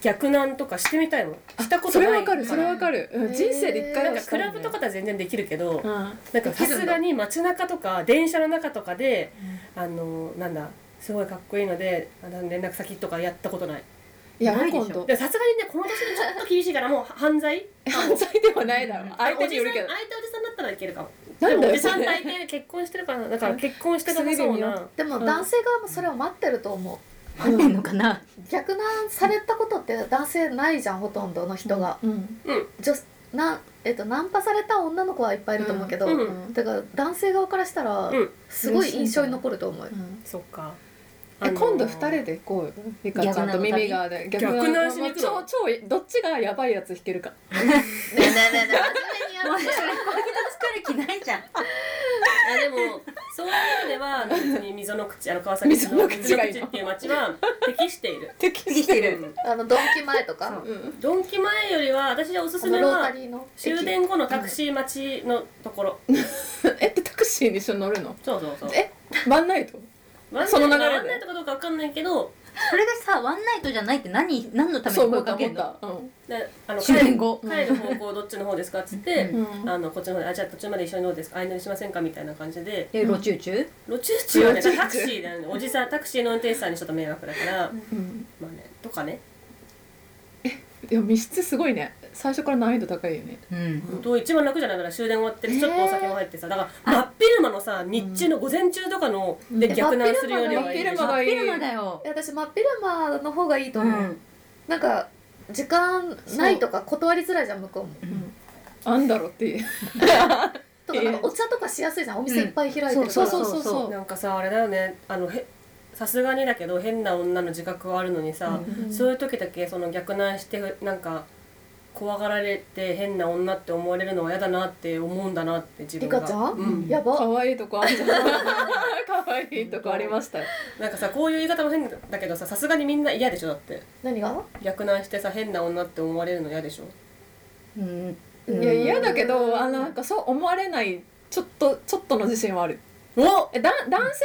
[SPEAKER 1] 逆難とかしてみたいもんしたこと
[SPEAKER 3] そ
[SPEAKER 1] ない
[SPEAKER 3] れわかるそれわかる、うん、人生で一回
[SPEAKER 1] な
[SPEAKER 3] は
[SPEAKER 1] んか
[SPEAKER 3] した
[SPEAKER 1] ク
[SPEAKER 3] い
[SPEAKER 1] ラブとかだと全然できるけど、
[SPEAKER 3] うん
[SPEAKER 1] なんかさすがに街中とか電車の中とかで、あのなんだすごいかっこいいのであの連絡先とかやったことない
[SPEAKER 3] いや
[SPEAKER 4] な
[SPEAKER 3] る
[SPEAKER 4] いでしょ
[SPEAKER 3] 今度
[SPEAKER 1] でもさすがにねこの年でちょっと厳しいからもう犯罪
[SPEAKER 3] 犯罪ではないだろう相手によるけど
[SPEAKER 1] あおじさん相手おじさんだったらいけるかも
[SPEAKER 3] な
[SPEAKER 1] で
[SPEAKER 3] ん
[SPEAKER 1] も
[SPEAKER 3] だ
[SPEAKER 1] お
[SPEAKER 3] よ
[SPEAKER 1] じさん
[SPEAKER 3] それ
[SPEAKER 1] 大抵結婚してるからだから結婚してからそうな
[SPEAKER 2] でも男性側もそれを待ってると思
[SPEAKER 4] 待ってんのかな、
[SPEAKER 2] う逆難されたことって男性ないじゃんほとんどの人が、
[SPEAKER 3] うん
[SPEAKER 2] 女なえっと、ナンパされた女の子はいっぱいいると思うけど、
[SPEAKER 1] うん
[SPEAKER 3] うん
[SPEAKER 2] だから男性側からしたら、
[SPEAKER 1] うん
[SPEAKER 2] すごい印象に残ると思うよ、
[SPEAKER 3] うん
[SPEAKER 1] そっか
[SPEAKER 3] え今度二人
[SPEAKER 1] で
[SPEAKER 3] で行こうよリカちゃんと耳側で
[SPEAKER 1] 逆なの旅逆なのしに行くの
[SPEAKER 3] もう超超どっちがやばいやつ弾けるか
[SPEAKER 2] ねえねえねえねえ真面目にや
[SPEAKER 4] も
[SPEAKER 2] ろう
[SPEAKER 4] うそれ恋人作る気ないじゃん
[SPEAKER 1] いやでもそういうの では別に溝の口あの川崎市の溝
[SPEAKER 3] 溝の口
[SPEAKER 1] の
[SPEAKER 3] がいい
[SPEAKER 1] 口っていう町は適している
[SPEAKER 3] 適
[SPEAKER 4] 生きてる
[SPEAKER 2] あのドンキ前とか
[SPEAKER 1] うんドンキ前よりは私はおす
[SPEAKER 2] あ
[SPEAKER 1] す
[SPEAKER 2] の
[SPEAKER 1] め
[SPEAKER 2] ロー
[SPEAKER 1] は
[SPEAKER 2] タリーの駅
[SPEAKER 1] 終電後のタクシー待ちのところ
[SPEAKER 3] えってタクシーに一緒に乗るの
[SPEAKER 1] そうそうそう
[SPEAKER 3] えワンナイト
[SPEAKER 1] ワンナイト
[SPEAKER 3] その流れで
[SPEAKER 1] ワンナイトかどうかわかんないけど
[SPEAKER 4] それがさワンナイトじゃないって何何のために
[SPEAKER 3] そう思
[SPEAKER 4] 声
[SPEAKER 3] った
[SPEAKER 4] かけ
[SPEAKER 3] 思
[SPEAKER 4] ん
[SPEAKER 3] っ
[SPEAKER 4] の
[SPEAKER 3] たうん
[SPEAKER 1] であの帰
[SPEAKER 4] 終
[SPEAKER 1] る
[SPEAKER 4] 電後
[SPEAKER 1] 帰る方向どっちの方ですかっつって
[SPEAKER 4] う
[SPEAKER 1] あのこっちの方であじゃあ途中まで一緒にどうですか相乗りしませんかみたいな感じで
[SPEAKER 4] え路中中
[SPEAKER 1] 路中中はね
[SPEAKER 3] 路中中
[SPEAKER 1] タクシーだよねおじさんタクシーの運転手さんにちょっと迷惑だから
[SPEAKER 3] うん
[SPEAKER 1] まあねとかね
[SPEAKER 3] いや密室すごいね最初から難易度高いよね
[SPEAKER 4] うん
[SPEAKER 1] 本当一番楽じゃないから終電終わってちょっとお酒も入ってさだから真っ昼間のさ日中の午前中とかので
[SPEAKER 3] うん
[SPEAKER 1] 逆難するより
[SPEAKER 2] 真
[SPEAKER 1] はいいでしょ
[SPEAKER 3] 真っ昼間がいい
[SPEAKER 4] ピルマだよ
[SPEAKER 2] いや私真っ昼間の方がいいと
[SPEAKER 4] う
[SPEAKER 2] 思う、
[SPEAKER 4] ん
[SPEAKER 2] なんか時間ないとか断りづらいじゃん向こうも
[SPEAKER 3] あんだろって
[SPEAKER 2] とかなんかお茶とかしやすいじゃんお店いっぱい開いてるから、
[SPEAKER 4] そうそうそうそう
[SPEAKER 1] なんかさあれだよねあのへさすがにだけど変な女の自覚はあるのにさ、そういう時だけその逆難してなんか怖がられて変な女って思われるのは嫌だなって思うんだなって自分が
[SPEAKER 2] リカちゃん
[SPEAKER 1] うん、
[SPEAKER 2] やば
[SPEAKER 3] 可愛いとこあるじゃん。可愛いとこありましたよ。
[SPEAKER 1] なんかさこういう言い方も変だけどささすがにみんな嫌でしょだって
[SPEAKER 2] 何が
[SPEAKER 1] 逆難してさ変な女って思われるの嫌でしょ
[SPEAKER 8] うん
[SPEAKER 3] いや嫌だけど、あのなんかそう思われないちょっとちょっとの自信はある。
[SPEAKER 1] お
[SPEAKER 3] えだ男性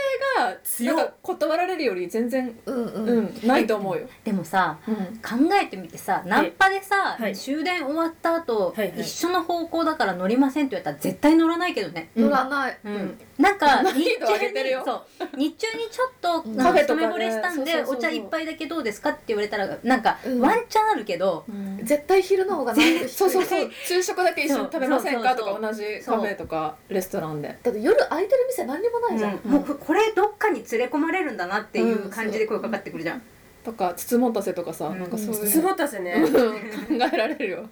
[SPEAKER 1] 強
[SPEAKER 3] が
[SPEAKER 1] っ
[SPEAKER 3] なんか断られるより全然
[SPEAKER 2] うん
[SPEAKER 3] う
[SPEAKER 2] うん
[SPEAKER 3] ん、ないと思うよ。
[SPEAKER 8] でもさ
[SPEAKER 3] うん
[SPEAKER 8] 考えてみてさナンパでさ、
[SPEAKER 1] はい
[SPEAKER 8] 終電終わった後、
[SPEAKER 1] はいはい
[SPEAKER 8] 一緒の方向だから乗りませんって言われたら絶対乗らないけどね、
[SPEAKER 2] 乗らない、
[SPEAKER 8] うんなんか日中
[SPEAKER 3] 難易度上げてる
[SPEAKER 8] に
[SPEAKER 3] よ
[SPEAKER 8] そう日中にちょっと
[SPEAKER 2] うん
[SPEAKER 8] なん
[SPEAKER 3] カフ
[SPEAKER 8] か一
[SPEAKER 3] ェとか
[SPEAKER 8] 目
[SPEAKER 3] ね
[SPEAKER 8] 惚れしたんで、
[SPEAKER 3] そうそうそうそう
[SPEAKER 8] お茶一杯だけどうですかって言われたらなんか、
[SPEAKER 2] うん
[SPEAKER 8] ワンチャンあるけど
[SPEAKER 3] うん
[SPEAKER 2] 絶対昼の方がない
[SPEAKER 3] そうそうそう昼食だけ一緒に食べませんか
[SPEAKER 8] そうそう
[SPEAKER 3] と
[SPEAKER 8] そう
[SPEAKER 3] か同じカフェとかレストランで
[SPEAKER 2] だって夜空いてる店何にもないじゃん、
[SPEAKER 8] うん
[SPEAKER 4] もうここれどっかに連れ込まれるんだなっていう感じで声かかってくるじゃん、
[SPEAKER 3] とかつつもたせとかさ、
[SPEAKER 8] うん
[SPEAKER 3] なんかそういう
[SPEAKER 1] つぼたせね
[SPEAKER 3] うん考えられるよ、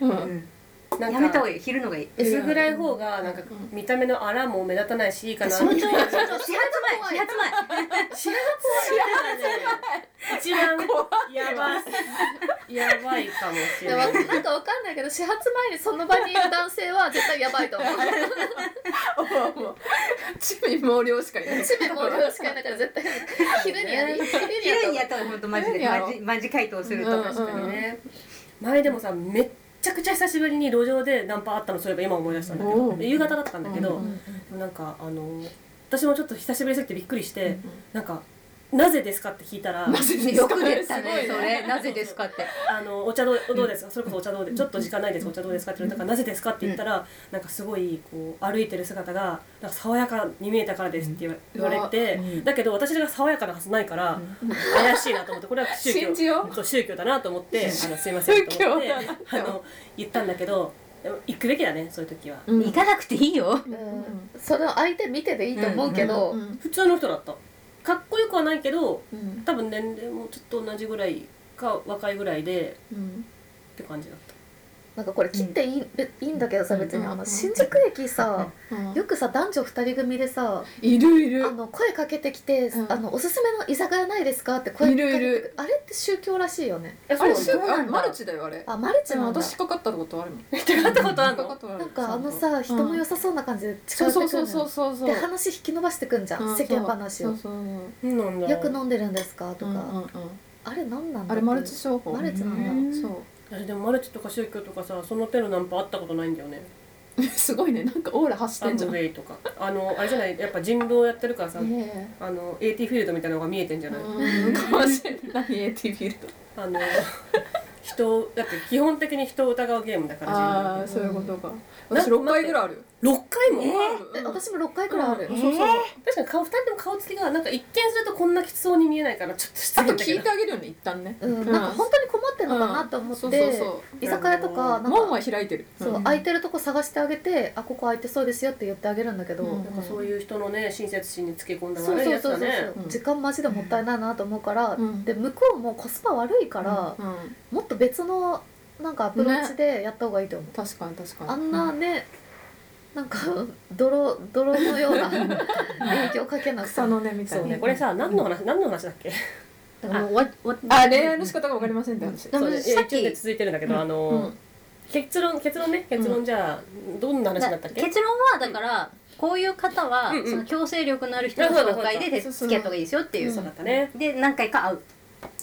[SPEAKER 3] う
[SPEAKER 4] うん
[SPEAKER 3] ん、
[SPEAKER 1] な
[SPEAKER 4] やめ
[SPEAKER 1] ん
[SPEAKER 4] た
[SPEAKER 1] か
[SPEAKER 4] 方がいい昼のがいい
[SPEAKER 1] 薄暗い方がなんか見た目のあらも目立たないしいいかな
[SPEAKER 8] そのちょい
[SPEAKER 4] 始発前始発前
[SPEAKER 1] 一番やばいやばいかもし
[SPEAKER 2] い
[SPEAKER 1] れ
[SPEAKER 2] や
[SPEAKER 1] な
[SPEAKER 2] わ
[SPEAKER 1] い
[SPEAKER 2] なんかわかんないけど始発前にその場にいる男性は絶対やばいと思 う
[SPEAKER 3] もう地味毛量しかいない
[SPEAKER 2] 締めもよろしくないから絶対昼にやる昼
[SPEAKER 4] 昼
[SPEAKER 2] に
[SPEAKER 4] に
[SPEAKER 2] や
[SPEAKER 4] や
[SPEAKER 2] る
[SPEAKER 4] ったら本当マジで
[SPEAKER 3] 昼にやろう
[SPEAKER 4] マジマジ回答すると
[SPEAKER 3] うん
[SPEAKER 4] 確かにね
[SPEAKER 1] ね前でもさめっちゃくちゃ久しぶりに路上でナンパあったのそういえば今思い出したんだけど夕方だったんだけど、なんかあの私もちょっと久しぶりすぎてびっくりして、なんか「なぜですか?」って聞いた ら「
[SPEAKER 8] よく出たね
[SPEAKER 3] すごい
[SPEAKER 8] それなぜですかって
[SPEAKER 1] あのお茶どうどうですかそれこそお茶どうでちょっと時間ないですお茶どうですかって言われたからなぜですかって言ったらなんかすごいこう歩いてる姿がなんか爽やかに見えたからですって言わ言われて
[SPEAKER 8] うん
[SPEAKER 1] だけど私が爽やかなはずないから怪しいなと思ってこれは宗
[SPEAKER 3] 信じよ
[SPEAKER 1] 教そう宗教だなと思ってあのすいませんと思って
[SPEAKER 3] 宗教
[SPEAKER 1] あの言ったんだけどでも行くべきだねそういう時は
[SPEAKER 3] うん
[SPEAKER 8] 行かなくていいよ
[SPEAKER 2] うんその相手見てでいいと思うけど、
[SPEAKER 3] うん
[SPEAKER 1] 普通の人だったかっこよくはないけど
[SPEAKER 3] うん
[SPEAKER 1] 多分年齢もちょっと同じぐらいか若いぐらいで
[SPEAKER 3] うん
[SPEAKER 1] って感じだった。
[SPEAKER 2] なんかこれ切っていい,、いいんだけどさ別にあ
[SPEAKER 3] うんう
[SPEAKER 2] の
[SPEAKER 3] ん
[SPEAKER 2] 新宿駅さ、よくさ男女2人組でさ
[SPEAKER 3] いるいる
[SPEAKER 2] あの声かけてきて、
[SPEAKER 3] うん
[SPEAKER 2] あの「おすすめの居酒屋ないですか?」って声かけてく
[SPEAKER 3] いるいる
[SPEAKER 2] あれって宗教らしいよね
[SPEAKER 1] え
[SPEAKER 3] あれ
[SPEAKER 1] そうなの
[SPEAKER 3] あマルチだよあれ
[SPEAKER 2] あマルチ
[SPEAKER 3] でも
[SPEAKER 2] なんだ、
[SPEAKER 3] 私かかったことあるもん
[SPEAKER 1] ってなったことある
[SPEAKER 3] かか
[SPEAKER 1] の
[SPEAKER 3] ったことある
[SPEAKER 2] なんかあのさ人も良さそうな感じで近
[SPEAKER 3] そ
[SPEAKER 2] 寄
[SPEAKER 3] う
[SPEAKER 2] ってく
[SPEAKER 3] そ
[SPEAKER 2] る
[SPEAKER 3] う
[SPEAKER 2] の
[SPEAKER 3] そ
[SPEAKER 2] よ
[SPEAKER 3] うそうそうそう
[SPEAKER 2] で話引き伸ばしてくんじゃん、
[SPEAKER 3] うん
[SPEAKER 2] 世間話を
[SPEAKER 3] そうそうそう
[SPEAKER 1] そうなんだ
[SPEAKER 2] よく飲んでるんですか?」と
[SPEAKER 3] と
[SPEAKER 2] か、
[SPEAKER 3] か、
[SPEAKER 2] あれなんなんだ
[SPEAKER 3] あれマルチ商法
[SPEAKER 2] マルチなんだろう
[SPEAKER 3] そ
[SPEAKER 1] あれでもマルチとか宗教とかさその手のナンパあったことないんだよね
[SPEAKER 3] う すごいねなんかオーラ発し
[SPEAKER 1] ア
[SPEAKER 3] て
[SPEAKER 1] ン
[SPEAKER 3] んじ
[SPEAKER 1] ド
[SPEAKER 3] ゃ
[SPEAKER 1] ウ
[SPEAKER 3] ん
[SPEAKER 1] ェイとかあのあれじゃないやっぱ人狼やってるからさ、
[SPEAKER 3] ね
[SPEAKER 1] あの AT フィールドみたいなのが見えてんじゃない、
[SPEAKER 3] えうんかもしれ ない AT ビルド
[SPEAKER 1] あの人をだって基本的に人を疑うゲームだから
[SPEAKER 3] ああ
[SPEAKER 1] 人
[SPEAKER 3] ーそういうことか
[SPEAKER 1] うん
[SPEAKER 3] 私6回ぐらいあるよ
[SPEAKER 1] 狼って6回も、
[SPEAKER 2] え私も6回くらいある、
[SPEAKER 3] うんそうそう
[SPEAKER 1] 確かに顔2人とも顔つきがなんか一見するとこんなきつそうに見えないからちょっと失
[SPEAKER 3] あ
[SPEAKER 1] 礼
[SPEAKER 3] と
[SPEAKER 1] だけ
[SPEAKER 3] 聞い
[SPEAKER 1] ど
[SPEAKER 3] てあげるよね一旦ね
[SPEAKER 2] うんなんか本当に困ってるのかなと思って、
[SPEAKER 3] そうそうそ
[SPEAKER 2] 居酒屋とかなん
[SPEAKER 1] う
[SPEAKER 3] う
[SPEAKER 2] か
[SPEAKER 3] 門は開いてる
[SPEAKER 2] そう、
[SPEAKER 3] うん
[SPEAKER 2] 空いてるとこ探してあげてあここ空いてそうですよって言ってあげるんだけど、
[SPEAKER 3] うん
[SPEAKER 1] なんかそういう人のね親切心につけ込んだ
[SPEAKER 2] そう
[SPEAKER 1] 悪い
[SPEAKER 2] そ
[SPEAKER 1] や
[SPEAKER 2] う
[SPEAKER 1] つ
[SPEAKER 2] そうそ
[SPEAKER 1] だ
[SPEAKER 2] う、
[SPEAKER 1] ね
[SPEAKER 3] うん
[SPEAKER 2] 時間マジでもったいないなと思うから、
[SPEAKER 3] うん
[SPEAKER 2] で向こうもコスパ悪いから、
[SPEAKER 3] うん
[SPEAKER 2] もっと別のなんかアプローチでやった方がいいと思う、
[SPEAKER 3] 確かに確かに
[SPEAKER 2] あんなね、なんか泥泥のよ うな影響かけなくて
[SPEAKER 3] 草の根みたい
[SPEAKER 1] そう
[SPEAKER 3] な
[SPEAKER 1] ねこれさ何の話、何の話だっけ
[SPEAKER 8] だからもう終わっ終わっ
[SPEAKER 3] あ恋愛の仕方がわかりませんって話
[SPEAKER 8] でも
[SPEAKER 1] そうね
[SPEAKER 8] さっき
[SPEAKER 1] 一応ね続いてるんだけど、あの、
[SPEAKER 3] うん
[SPEAKER 1] 結論結論ね結論じゃあ、どんな話だったっけ
[SPEAKER 8] 結論はだからこういう方は、
[SPEAKER 1] うんうん
[SPEAKER 8] その強制力のある人の紹介で手つけた方がいいですよっていう、
[SPEAKER 1] そうだったね、
[SPEAKER 8] で何回か会う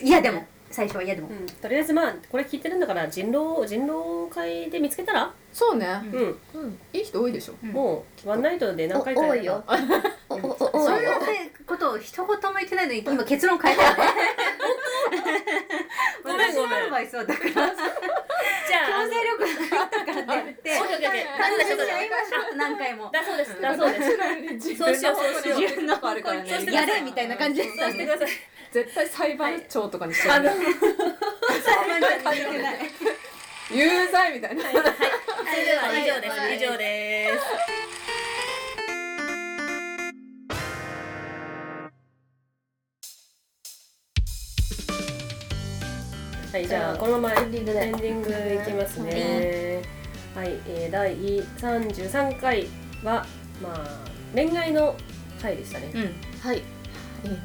[SPEAKER 8] いやでも最初は嫌でも
[SPEAKER 1] う、ん、とりあえずまあこれ聞いてるんだから人狼人狼会で見つけたら、
[SPEAKER 3] そうね
[SPEAKER 1] うん
[SPEAKER 2] うん
[SPEAKER 3] いい人多いでしょ
[SPEAKER 4] うん
[SPEAKER 1] もうワンナイトで何
[SPEAKER 2] お
[SPEAKER 1] 回か
[SPEAKER 2] 多
[SPEAKER 1] や
[SPEAKER 2] い
[SPEAKER 1] れば
[SPEAKER 2] よおおお
[SPEAKER 4] そん
[SPEAKER 2] 多
[SPEAKER 4] ない
[SPEAKER 2] よ
[SPEAKER 4] ことを一言も言ってないのに今結論変えたよね
[SPEAKER 1] ごめん
[SPEAKER 4] 私
[SPEAKER 1] ごめん
[SPEAKER 4] のアドバイスはだから強
[SPEAKER 1] じゃあ
[SPEAKER 4] 制力が入ったからって言
[SPEAKER 1] オッ
[SPEAKER 4] って
[SPEAKER 1] ケーオッケーオッケー
[SPEAKER 4] 話し合いましょう何回も
[SPEAKER 1] だそうですだそうです
[SPEAKER 3] す
[SPEAKER 1] そうしようそうしよう
[SPEAKER 3] 自分の方向に持ってくとこあるからね
[SPEAKER 8] やれみたいな感じで
[SPEAKER 1] そうしてください
[SPEAKER 3] 絶対裁判長とかにしよ
[SPEAKER 1] あ
[SPEAKER 3] う
[SPEAKER 1] の
[SPEAKER 3] ね
[SPEAKER 1] はい
[SPEAKER 4] 裁判所に行けない
[SPEAKER 3] 有罪みたいな
[SPEAKER 1] それでは以上です以上ですはいじゃあこのまま
[SPEAKER 2] エンディング
[SPEAKER 1] エ
[SPEAKER 2] で
[SPEAKER 1] ンディングいきますね。はい、えー、第33回は、まあ、恋愛の回でしたね。
[SPEAKER 8] うん
[SPEAKER 2] はい
[SPEAKER 3] いいね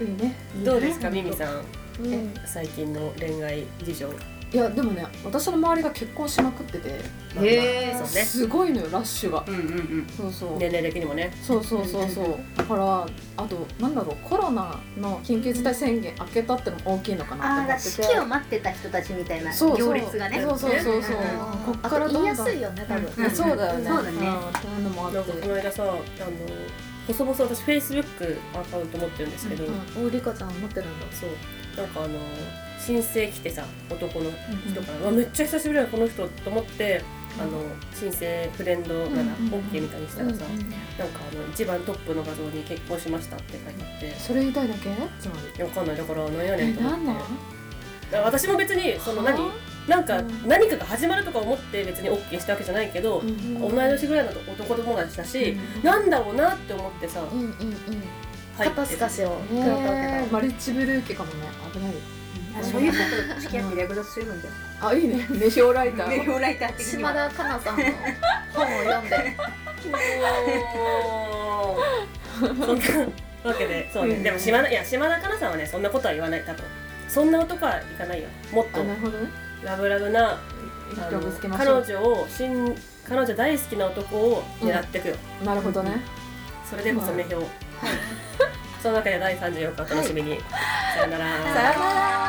[SPEAKER 3] いいね
[SPEAKER 1] どうですかミミさん
[SPEAKER 2] うん
[SPEAKER 1] 最近の恋愛事情
[SPEAKER 3] いやでもね私の周りが結婚しまくってて
[SPEAKER 1] へそうね
[SPEAKER 3] すごいのよラッシュが
[SPEAKER 1] うんうん
[SPEAKER 3] そうそううん
[SPEAKER 1] 年齢的にもね
[SPEAKER 3] そうそうそうそうだからあとなんだろうコロナの緊急事態宣言明けたってのも大きいのかなっ
[SPEAKER 4] ああ
[SPEAKER 3] て
[SPEAKER 4] だ
[SPEAKER 3] 思ってて
[SPEAKER 4] 式を待ってた人たちみたいな
[SPEAKER 3] そうそう
[SPEAKER 4] 行列がね
[SPEAKER 3] そうそうそうそう
[SPEAKER 4] う
[SPEAKER 3] こっ
[SPEAKER 2] あ
[SPEAKER 3] から
[SPEAKER 2] と
[SPEAKER 3] ど
[SPEAKER 2] 言
[SPEAKER 3] ん
[SPEAKER 2] い
[SPEAKER 3] どん
[SPEAKER 2] やすいよね多分
[SPEAKER 4] うん
[SPEAKER 3] そうだよね
[SPEAKER 4] そうだね
[SPEAKER 3] んそういうのもあっ
[SPEAKER 1] なん
[SPEAKER 3] て
[SPEAKER 1] かこの間さあの細々私フェイスブックアカウント持ってるんですけど、
[SPEAKER 2] おりかちゃん持ってるんだ
[SPEAKER 1] そうなんかあの申請来てさ男の人から、うわめっちゃ久しぶりだこの人と思って、あの申請フレンドなら OK みたいにしたらさ、なんかあの一番トップの画像に結婚しましたって書いてあって。
[SPEAKER 3] それ言いたいだけつまり
[SPEAKER 1] いやわかんないだからなんやね
[SPEAKER 3] え
[SPEAKER 1] んと思っ
[SPEAKER 3] な
[SPEAKER 1] て
[SPEAKER 3] んなん
[SPEAKER 1] だから私も別にその何
[SPEAKER 3] は
[SPEAKER 1] なんか
[SPEAKER 3] うん
[SPEAKER 1] 何かが始まるとか思って別に OK したわけじゃないけど、
[SPEAKER 3] うん
[SPEAKER 1] 同い年ぐらいの男友達だし、なんだろうなって思ってさ
[SPEAKER 2] うんうんうん
[SPEAKER 1] 入って
[SPEAKER 2] 肩透かしを食
[SPEAKER 3] ね
[SPEAKER 2] らったわけだ
[SPEAKER 3] えマルチブルーケかもね危ない
[SPEAKER 4] あそういう人と付き合って略奪するんだよ
[SPEAKER 3] あいいねメヒョウライタ
[SPEAKER 4] メ
[SPEAKER 3] ー
[SPEAKER 4] モライター的に
[SPEAKER 2] 島
[SPEAKER 4] は
[SPEAKER 2] 田かなさんの本を読んで
[SPEAKER 1] おーそんなわけでそうね、
[SPEAKER 3] うん
[SPEAKER 1] でも島田いや島田香奈さんはねそんなことは言わない多分そんな男はいかないよもっと
[SPEAKER 3] あなるほどね
[SPEAKER 1] ラブラブなあ
[SPEAKER 3] 人を
[SPEAKER 1] の
[SPEAKER 3] ぶつけまし
[SPEAKER 1] 彼
[SPEAKER 3] ょう
[SPEAKER 1] 女を新彼女大好きな男を狙っていくよ、
[SPEAKER 3] なるほどね
[SPEAKER 1] それでこそ目標、その中で第34回お楽しみに、さよなら
[SPEAKER 3] さよなら